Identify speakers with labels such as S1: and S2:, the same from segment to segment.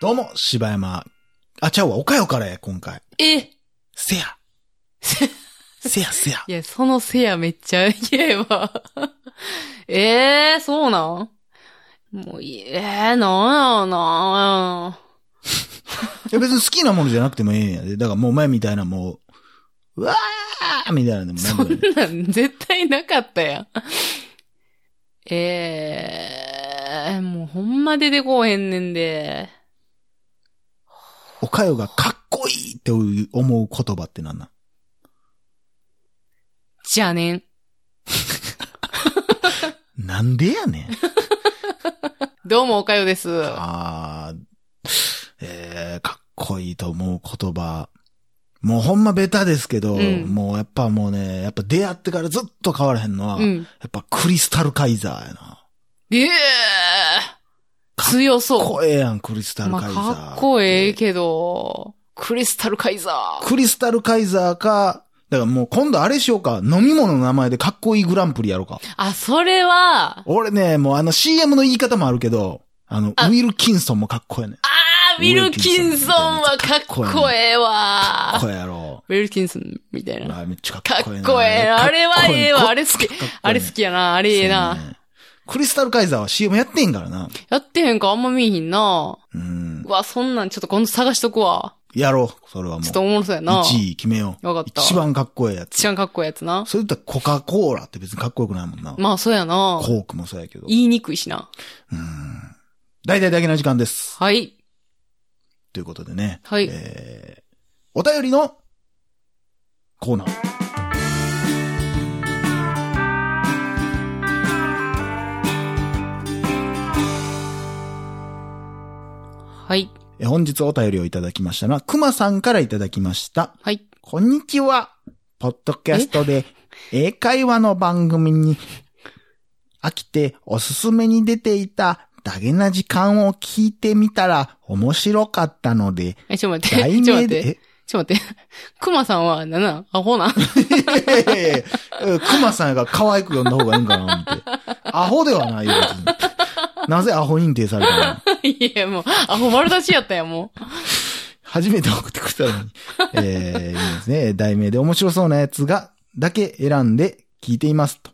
S1: どうも、柴山。あ、ちゃうわ、岡よからや、今回。
S2: え
S1: せ や。せや、せや
S2: い。や、そのせやめっちゃ嫌やわ。 ええー、そうなんもう、ええー、なんやろない
S1: や、別に好きなものじゃなくてもええんやで。だからもう前みたいなもう、うわーみたいなのでもなんでもない
S2: そんなん絶対なかったやん。ええー、もうほんま出てこうへんねんで。
S1: おかよがかっこいいって思う言葉ってなんなん
S2: じゃあねん。
S1: なんでやね ん。
S2: どうも、おかよです。
S1: あー、えー、かっこいいと思う言葉。もうほんまベタですけど、
S2: うん
S1: もうやっぱもうね、やっぱ出会ってからずっと変わらへんのは、
S2: う
S1: や
S2: ん。
S1: っぱクリスタルカイザーやな。
S2: ええー、強そ
S1: 声やん、クリスタ
S2: う。
S1: ル
S2: ま
S1: カ
S2: あ、
S1: イザー。
S2: かっこええけど、クリスタルカイザー。
S1: クリスタルカイザーか、だからもう今度あれしようか、飲み物の名前でかっこいいグランプリやろうか。
S2: あ、それは、
S1: 俺ね、もうあの CM の言い方もあるけど、あの、
S2: あ
S1: ウィルキンソンもかっこええねん。
S2: あー、ウィルキンソンはかっこええ
S1: かっ
S2: わ
S1: こ。ええやろ。
S2: ウィルキンソンみたいな。
S1: あめっちゃか
S2: か
S1: っ
S2: っ
S1: こええな。
S2: こええな。あれはええわ。あれ好
S1: か
S2: き。
S1: っこええね
S2: あれ好きやな。あれええ
S1: そう
S2: な。
S1: ねクリスタルカイザーは CM やってんからな。
S2: やってへんかあんま見えひんな。
S1: うん
S2: う。わ、そんなんちょっと今度探しとくわ。
S1: やろう。それはも
S2: ちょっ
S1: う。
S2: とおもろそうやな。
S1: 1位決めよう。
S2: わかった
S1: 一番かっこええやつ。
S2: 一番かっこいいやつな。
S1: それだったらコカ・コーラって別にかっこよくないもんな。
S2: まあ、そうやな
S1: コ。ークもそうやけど。
S2: 言いにくいしな。
S1: 大体だけの時間です。
S2: はい。
S1: ということでね。
S2: はい
S1: えー、お便りのコーナー。
S2: はい。
S1: え本日お便りをいただきましたのは、くまさんからいただきました。
S2: はい。
S1: こんにちは。ポッドキャストで英会話の番組に飽きておすすめに出ていたダゲな時間を聞いてみたら面白かったので、
S2: え、 ちょっと待って。
S1: 題
S2: ちょっと待
S1: 名で
S2: って。、ちょっと待って。クマさんは、なんなんア ホなん。
S1: え、クマさんが可愛く呼んだ方がいいんかな思って。アホではないよ、別になぜアホ認定されたの
S2: いや、もう、アホ丸出しやったやん、もう。
S1: 初めて送ってくれたのに。えー、いいですね。題名で面白そうなやつが、だけ選んで聞いていますと。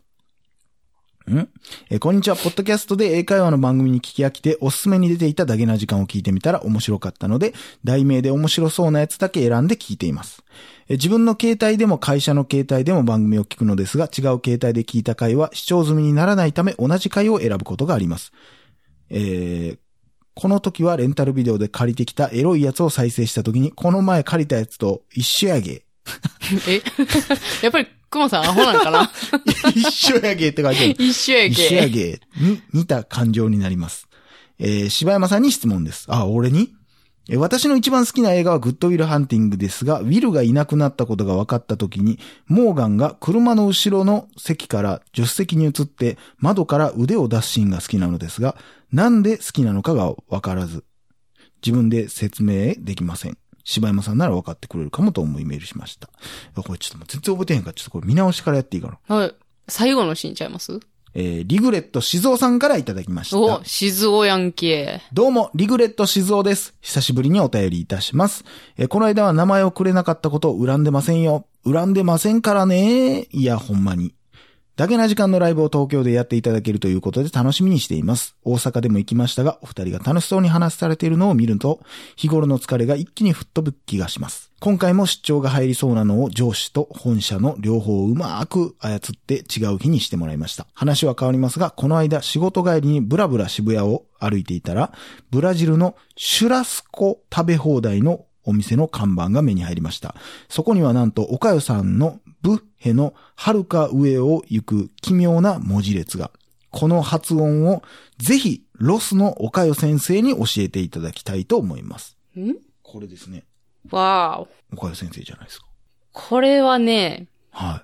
S1: んえーこんにちは。ポッドキャストで英会話の番組に聞き飽きて、おすすめに出ていたダゲな時間を聞いてみたら面白かったので、題名で面白そうなやつだけ選んで聞いています。えー自分の携帯でも会社の携帯でも番組を聞くのですが、違う携帯で聞いた回は視聴済みにならないため同じ回を選ぶことがあります。えーこの時はレンタルビデオで借りてきたエロいやつを再生した時に、この前借りたやつと一緒やげ。
S2: え やっぱり、クマさんアホなんかな
S1: 一緒やげって書いてある。
S2: 一緒やけ。
S1: 一緒やげに似た感情になります。えー、柴山さんに質問です。あ、俺にえー私の一番好きな映画はグッドウィルハンティングですが、ウィルがいなくなったことが分かった時に、モーガンが車の後ろの席から助手席に移って、窓から腕を出すシーンが好きなのですが、なんで好きなのかが分からず、自分で説明できません。柴山さんなら分かってくれるかもと思いメールしました。あこれちょっともう全然覚えてへんから、ちょっとこれ見直してからやっていいかな。
S2: はい。最後のシーンちゃいます
S1: えーリグレット静雄さんからいただきました。
S2: お、静雄やんけ。
S1: どうも、リグレット静雄です。久しぶりにお便りいたします。えーこの間は名前をくれなかったことを恨んでませんよ。恨んでませんからね。いや、ほんまに。だけな時間のライブを東京でやっていただけるということで楽しみにしています。大阪でも行きましたが、お二人が楽しそうに話されているのを見ると、日頃の疲れが一気に吹っ飛ぶ気がします。今回も出張が入りそうなのを上司と本社の両方をうまく操って違う日にしてもらいました。話は変わりますが、この間仕事帰りにブラブラ渋谷を歩いていたら、ブラジルのシュラスコ食べ放題のお店の看板が目に入りました。そこにはなんと、おかよさんのブッヘの遥か上を行く奇妙な文字列が。この発音をぜひ、ロスのおかよ先生に教えていただきたいと思います。
S2: ん
S1: これですね。
S2: わーお。
S1: おかよ先生じゃないですか。
S2: これはね、
S1: は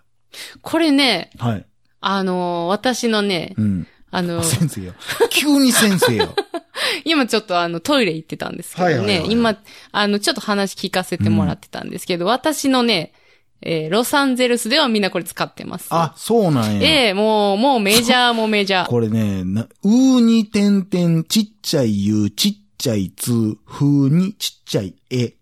S2: これね、
S1: い。はい。
S2: あのー私のね
S1: う、ん。
S2: あの
S1: あ、
S2: ー
S1: 先生よ。急に先生よ。
S2: 今ちょっとあの、トイレ行ってたんですけどね、
S1: はいはいはいはい
S2: 今、あの、ちょっと話聞かせてもらってたんですけど、私のね、えーロサンゼルスではみんなこれ使ってます。
S1: あ、そうなんや。
S2: で、もう、もうメジャーもメジャー。
S1: これね、な、うーに点々、ちっちゃいう、ちっちゃいつ、ふうに、ちっちゃいえ。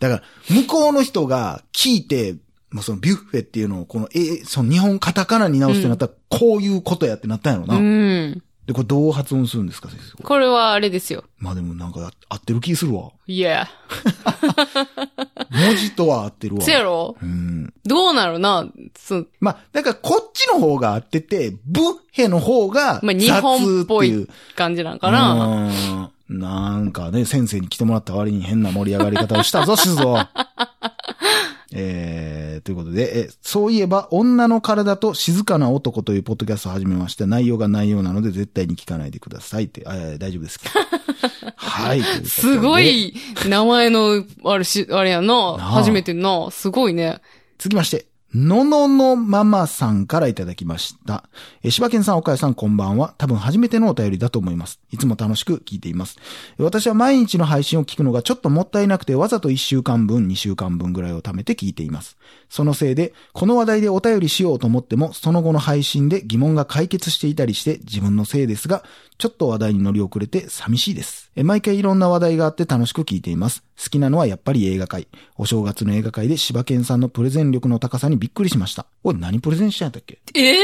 S1: だから、向こうの人が聞いて、まあ、そのビュッフェっていうのを、このえ、その日本カタカナに直すってなったら、こういうことやってなったんやろ
S2: う
S1: な。
S2: ん。
S1: で、これどう発音するんですか、先生。
S2: これはあれですよ。
S1: まあでもなんか合ってる気するわ。
S2: いや。
S1: 文字とは合ってるわ。
S2: せやろ
S1: うん。
S2: どうなるなそ
S1: まあ、だからこっちの方が合ってて、ブッヘの方が雑
S2: まあ日本っぽ
S1: てう
S2: い感じなんかな。
S1: うんなんかね、先生に来てもらった割に変な盛り上がり方をした ぞ、静岡。えー、ということで、え、そういえば、女の体と静かな男というポッドキャストを始めました。内容が内容なので絶対に聞かないでくださいって、えー大丈夫 ですかはい。ということです
S2: ご。い名前の、あれし、あれやな。
S1: なあ
S2: 初めてな。すごいね。
S1: 続きまして、のののママさんからいただきました。えー、柴犬さん、岡谷さん、こんばんは。多分初めてのお便りだと思います。いつも楽しく聞いています。私は毎日の配信を聞くのがちょっともったいなくて、わざと1週間分、2週間分ぐらいを貯めて聞いています。そのせいで、この話題でお便りしようと思っても、その後の配信で疑問が解決していたりして、自分のせいですが、ちょっと話題に乗り遅れて寂しいです。え毎回いろんな話題があって楽しく聞いています。好きなのはやっぱり映画界。お正月の映画界で柴犬さんのプレゼン力の高さにびっくりしました。おい、何プレゼンしたんやったっけ
S2: え来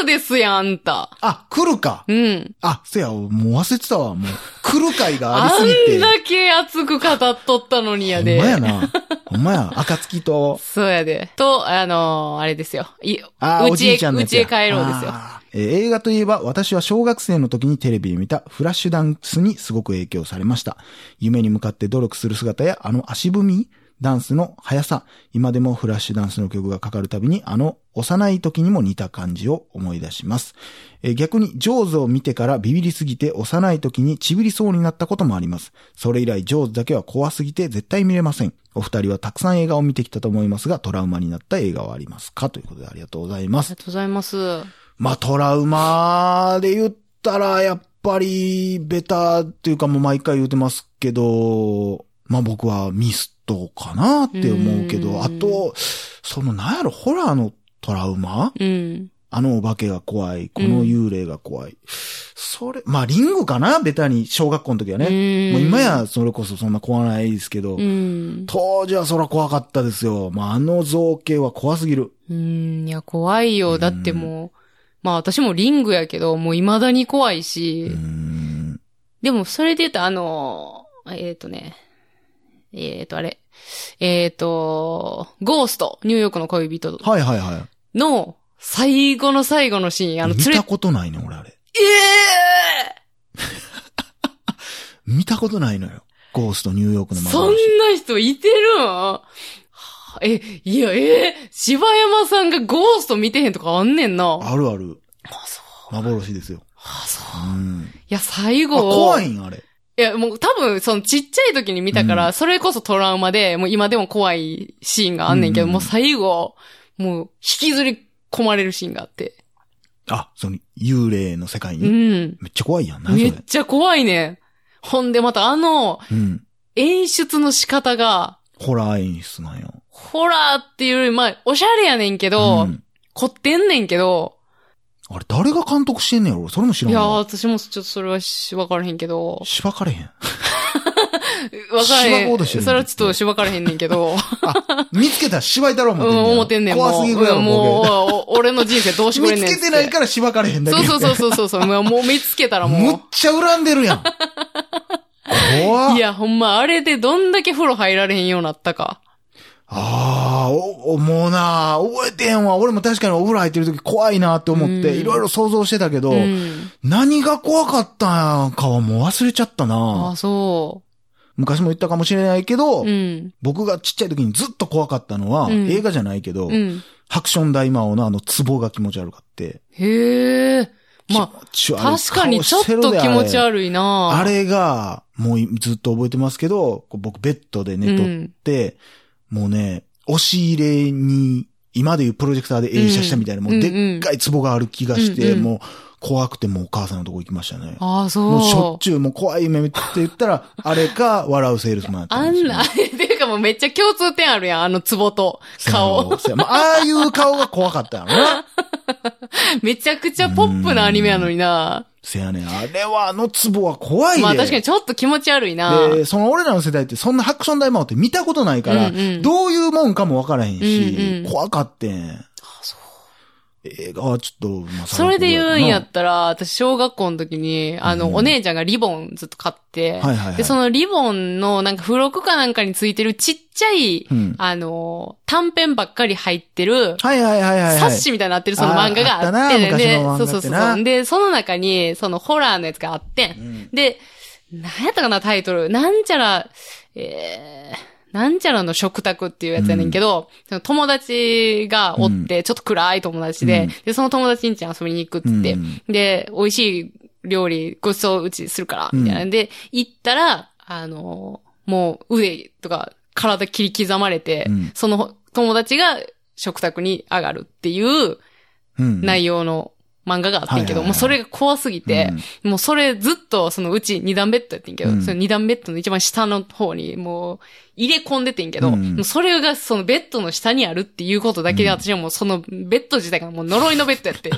S2: るですやん、あんた。
S1: あ、来るか
S2: うん。
S1: あ、せや、もう忘れてたわ。もう、来る会があ
S2: あ
S1: りすぎて。
S2: んだけ熱く語っとったのにやで。
S1: ほんまやな。ほんまや。暁と、
S2: そうやで。と、あのーあれですよ。い、
S1: あー
S2: う
S1: お
S2: ち
S1: じ
S2: へ、
S1: いちゃんの
S2: う
S1: やつ
S2: ち
S1: や
S2: へ帰ろうですよ。
S1: あーえー映画といえば、私は小学生の時にテレビで見たフラッシュダンスにすごく影響されました。夢に向かって努力する姿や、あの足踏みダンスの速さ。今でもフラッシュダンスの曲がかかるたびに、あの幼い時にも似た感じを思い出します。えー逆に、ジョーズを見てからビビりすぎて幼い時にちびりそうになったこともあります。それ以来、ジョーズだけは怖すぎて絶対見れません。お二人はたくさん映画を見てきたと思いますが、トラウマになった映画はありますかということでありがとうございま
S2: あり
S1: す
S2: が。とうございます。
S1: まあ、トラウマで言ったら、やっぱり、ベタっていうかもう毎回言うてますけど、まあ僕はミストかなって思うけ
S2: う
S1: ど、
S2: ん
S1: あと、そのなんやろ、ホラーのトラウマ
S2: うん。
S1: あのお化けが怖い、この幽霊が怖い。それ、まあリングかなベタに、小学校の時はね。
S2: ね
S1: もう今、やそれこそそんな怖ないですけど、
S2: うん。
S1: 当時はそら怖かったですよ。まああの造形は怖すぎる。
S2: うん、いや、怖いよ。だってもう、まあ私もリングやけど、もう未だに怖いし、
S1: うん
S2: でもそれで言うと、あのー、えっ、とね、えっ、と、あれ、えっ、と、ゴースト、ニューヨークの恋人
S1: はいはいはい。
S2: の最後の最後のシーン、あの、
S1: 見
S2: 連れ、
S1: たことないね、俺あれ。
S2: ええ
S1: 見たことないのよ。ゴーストニューヨークの
S2: そん
S1: 幻
S2: な人いてるんはあえ、いや、えー、柴山さんがゴースト見てへんとかあんねんな。あ、
S1: あるある。
S2: そう。
S1: 幻ですよ。
S2: あ、そう
S1: う。ん。
S2: いや、最
S1: あ、
S2: 後。
S1: 怖
S2: い。
S1: いん、あれ。
S2: いや、もう多分、そのちっちゃい時に見たから、
S1: う
S2: それこそトラウマで、もう今でも怖いシーンがあんねんけど、
S1: うんうん
S2: もう最後、もう引きずり込まれるシーンがあって。
S1: あ、その、幽霊の世界
S2: う
S1: に。
S2: ん。
S1: めっちゃ怖いやん。何そ
S2: め
S1: れ
S2: っ。ちゃ怖いねん。ほんでまたあの、
S1: うん。
S2: 演出の仕方が、
S1: ホラー演出なんよ。
S2: ホラーっていうより、まあ、おしゃれやねんけど、
S1: うん。
S2: 凝ってんねんけど、
S1: あれ、誰が監督してんねやろそれも知ら
S2: い
S1: ん
S2: やー、
S1: わ。
S2: 私もちょっとそれはしわからへんけど、
S1: しばかれへん。
S2: わから
S1: しば
S2: へ。
S1: こうんとしてる
S2: それはちょっとしばからへんねん けど、
S1: 見つけたらしばいたろ、
S2: うん、
S1: 思ってんねや
S2: 思って
S1: 怖す
S2: んねん。もう
S1: ぎるやろ、
S2: うんもう、 お俺の人生どうし
S1: 僕
S2: てく
S1: 見
S2: れん
S1: つ
S2: ね
S1: け
S2: んっつって。
S1: てないからしばかれへんだけ
S2: そうそうそうそうそう。もうもう見つけた ら
S1: むっ
S2: も
S1: ちゃ恨んでる やん。怖
S2: う。
S1: っ
S2: いや、ほんま、あれでどんだけ風呂入られへんようになったか。
S1: ああ、お、おもうな、覚えてんわ。俺も確かにお風呂入ってる時怖いなって思って、
S2: うん
S1: いろいろ想像してたけど、
S2: うん。
S1: 何が怖かったかはもう忘れちゃった
S2: あ、
S1: な。
S2: そ
S1: 昔も言ったかもしれないけど、
S2: う。うん。
S1: 僕がちっちゃい時にずっと怖かったのは、
S2: うん
S1: 映画じゃないけど、
S2: うん。
S1: ハクション大魔王のあの壺が気持ち悪かって。
S2: へえ。ま
S1: あ、確
S2: あ、確かにちょっと気持ち
S1: い。
S2: 悪いな
S1: あれが、もうずっと覚えてますけど、こう僕ベッドで寝とっ
S2: うん
S1: って、もうね、押し入れに、今でいうプロジェクターで映写したみたいな、
S2: うん
S1: もう
S2: うん
S1: でっかい壺がある気がして、
S2: うんうん
S1: もう怖くてもうお母さんのとこ行きましたね。
S2: ああ、そう。
S1: もうしょっちゅうもう怖い夢見てって言ったら、あれか笑うセールスマンやった
S2: あ
S1: んです
S2: ん
S1: よ
S2: な、あれでかもうめっちゃ共通点あるやん、あのツボと顔。
S1: そうやまあ、ああいう顔が怖かったやろな。
S2: めちゃくちゃポップなアニメやのにな。
S1: せやねん。あれは、あのツボは怖いで。
S2: まあ確かにちょっと気持ち悪いな。
S1: で、その俺らの世代ってそんなハクション大魔王って見たことないから、
S2: うんうん
S1: どういうもんかもわからへんし、
S2: うんうん
S1: 怖かってん。
S2: そう
S1: 映画はちょっと、まあ
S2: それで言うんや
S1: は
S2: ったら、私小学校の時に、あの、
S1: うん
S2: お姉ちゃんがリボンずっと買って、
S1: いはいはい。
S2: で、そのリボンのなんか付録かなんかについてるちっちゃい、
S1: うん
S2: あの、短編ばっかり入ってる、
S1: はいはいはいはい、はい。
S2: 冊子みたいになってるその漫画があって、
S1: あーあったな昔の漫画って
S2: で、そ
S1: な
S2: うそうそうそう。で、その中に、そのホラーのやつがあってん
S1: うん
S2: で、なんやったかな、タイトル。なんちゃら、えー、なんちゃらの食卓っていうやつやねんけど、その友達がおって、ちょっと暗い友達で、
S1: うん
S2: で、その友達んちに遊びに行くっつって、
S1: うん
S2: で、美味しい料理ごちそううちするから、みたいな。んで、行ったら、あのーもう腕とか体切り刻まれて、
S1: うん
S2: その友達が食卓に上がるっていう
S1: うん
S2: 内容の漫画があって
S1: は
S2: んけど、
S1: いはいはい
S2: もうそれが怖すぎて、もうそれずっと、そのうち二段ベッドやってんけど、
S1: うん
S2: その二段ベッドの一番下の方にもう入れ込んでてんけど、
S1: うん
S2: もうそれがそのベッドの下にあるっていうことだけで
S1: うん
S2: 私はもうそのベッド自体がもう呪いのベッドや って。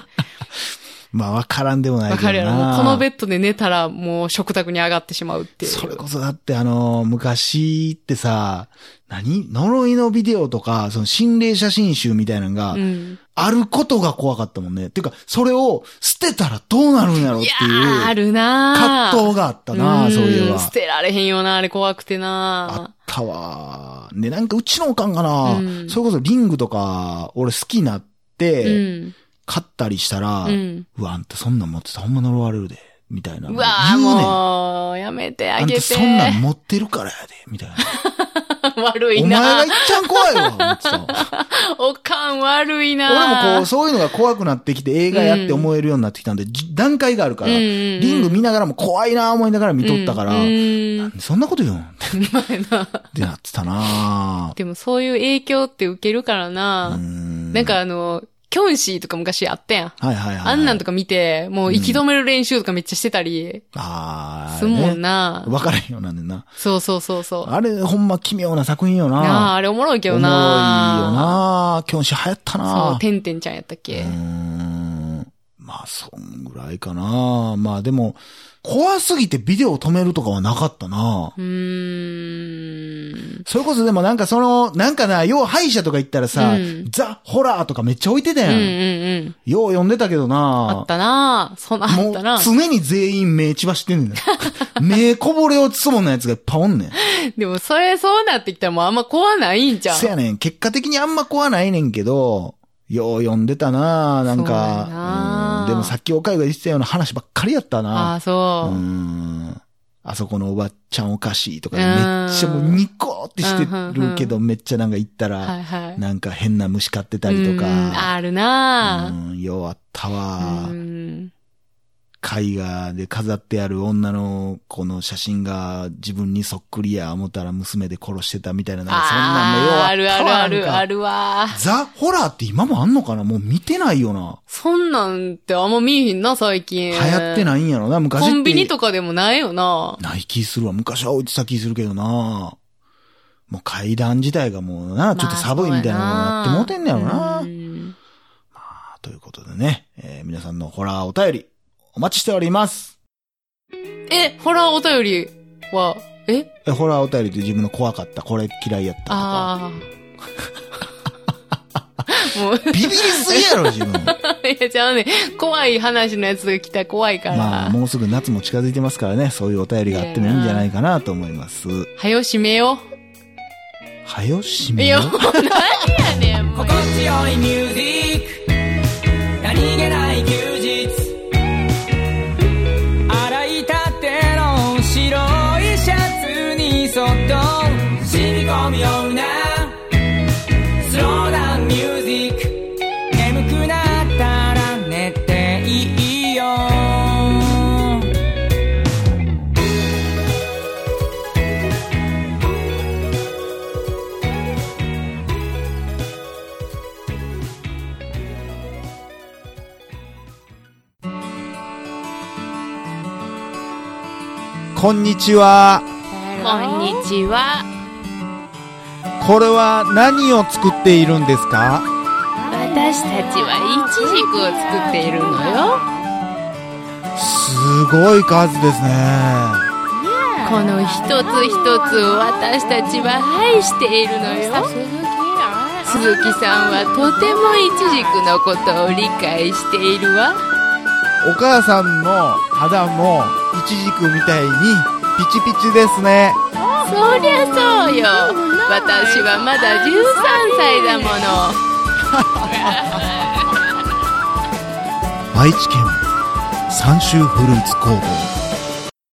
S1: まあ、わからんでもない
S2: わ
S1: けどな。
S2: かるやろもうこのベッドで寝たらもう食卓に上がってしまうっていう。
S1: それこそだってあの、昔ってさ、何呪いのビデオとか、その心霊写真集みたいなのが
S2: う、ん。
S1: あることが怖かったもんね。っていうか、それを捨てたらどうなるんやろっ
S2: い
S1: て
S2: やー、あ
S1: いう、
S2: るなー
S1: 葛藤があったな、そういえ
S2: ん
S1: ば
S2: 捨。てられへんよな、あれ怖くて
S1: あ
S2: な
S1: ったわ。ね、なんかうちのおかんかな、
S2: うん
S1: それこそリングとか、俺好きになっ
S2: う
S1: て、
S2: ん。
S1: 買ったりしたら、
S2: う。
S1: うんわ、あんたそんなん持ってたらほんま呪われるで、みたいな。
S2: うわー、
S1: 言うねん
S2: もう、やめてあ
S1: あん
S2: げ
S1: た
S2: て。
S1: そんなん持ってるからやで、みたいな。
S2: 悪 い
S1: お前が
S2: な
S1: いっちゃん怖いわ、思って た。
S2: おかん悪いな
S1: 俺もこう、そういうのが怖くなってきて映画やって思えるようになってきたんで、じ段階があるから、リ
S2: リ
S1: ング見ながらも怖いな思いながら見とったから、
S2: うん。
S1: そんなこと言うんっ
S2: 前な。
S1: てなってたな
S2: でもそういう影響って受けるから
S1: う
S2: な。
S1: ん
S2: なん、かあの、キョンシーとか昔あったやん。
S1: はいはいはい。
S2: あんなんと
S1: か、
S2: か見て、もう息止める練習とかめっちゃしてたり
S1: あ
S2: す
S1: ー
S2: る
S1: あ
S2: も
S1: れ
S2: ん
S1: ね。
S2: な。
S1: 分からへんようなんでんな。
S2: そうそうそうそう。
S1: あれ、ほんま奇妙な作品よ
S2: なあ、
S1: な
S2: あれおもろいけ
S1: お
S2: ど
S1: もろいよ
S2: な。
S1: な教師流行った
S2: そう、
S1: な
S2: てんてんちゃんやったっ
S1: う
S2: け
S1: ー。ん。まあ、そんぐらいかなまあでも、怖すぎてビデオ止めるとかはなかったな
S2: うーん。
S1: それこそでもなんかその、なんかな、要は歯医者とか行ったらさ、
S2: うん
S1: ザ・ホラーとかめっちゃ置いてた
S2: うんう
S1: や
S2: ん
S1: ん。
S2: うん。
S1: よう読んでたけど
S2: あっ
S1: な
S2: たなそんなあ
S1: も
S2: っ
S1: う
S2: たな
S1: 常に全員目血ばしてんねん。 目こぼれ落ちそうなやつがいっぱいおんねん。
S2: でもそれ、そうなってきたらもうあんま怖ないんじゃん。
S1: せやねん。結果的にあんま怖ないねんけど、よう読んでたななん
S2: そうや
S1: か。
S2: な
S1: うんでもさっきおかゆが言ってたような話ばっかりやった
S2: あ
S1: な
S2: あ、そうう。
S1: ん。あそこのおばちゃんおかしいとか、
S2: うん
S1: めっちゃもうニコってしてるけど、めっちゃなんか行った
S2: は
S1: ら、
S2: いはい。
S1: なんか変な虫飼ってたりと
S2: うん
S1: か。
S2: あるな
S1: うん、ようあったわ。
S2: うん
S1: 絵画で飾ってある女の子の写真が自分にそっくりや思ったら娘で殺してたみたいな、なんかそんなんもよ
S2: あーあ
S1: う
S2: る
S1: っ
S2: あ
S1: た
S2: る
S1: わ
S2: あ
S1: なん
S2: る
S1: か
S2: あるわ。
S1: ザ・ホラーって今もあんのかなもう見てないよな。
S2: そんなんってあんま見えへんな、最近。
S1: 流行って
S2: い。
S1: ないんやろな、昔って。
S2: コンビニとかでもないよな。
S1: ない気するわ。昔は置いてた気するけどな。もう階段自体がもうな、ちょっと寒いみたいなのやってもうてんねやろな。
S2: うん
S1: まあということでね、えー皆さんのホラーお便り、お待ちしております。
S2: え、ホラーお便りは、え
S1: えホラーお便りで自分の怖かった、これ嫌いやったとか。
S2: あ あ。もう、
S1: ビビ りすぎやろ、自分。
S2: いや、ちゃうね。怖い話のやつが来たら怖いから。
S1: まあ、もうすぐ夏も近づいてますからね、そういうお便りがあってもいいんじゃないかなと思います。
S2: はよ閉めよ
S1: はよし
S2: う。
S1: め
S2: い
S1: よ
S2: や、もう何やねん、もう
S3: 心地よいミュージック何気ない休日洗いたての白いシャツにそっと染み込むようなスローダウンミュージック眠くなったら寝ていいよ
S1: こんにちは。
S2: こんにちは。
S1: これは何を作っているんですか
S2: 私たちはイチジクを作っているのよ。
S1: すごい数ですね。
S2: この一つ一つを私たちは愛しているのよ。鈴木さんはとてもイチジクのことを理解しているわ。
S1: お母さんの肌もイチジクみたいにピチピチですね。
S2: そりゃそうよ。私はまだ13歳だもの。
S1: 愛知県三州フルーツ工房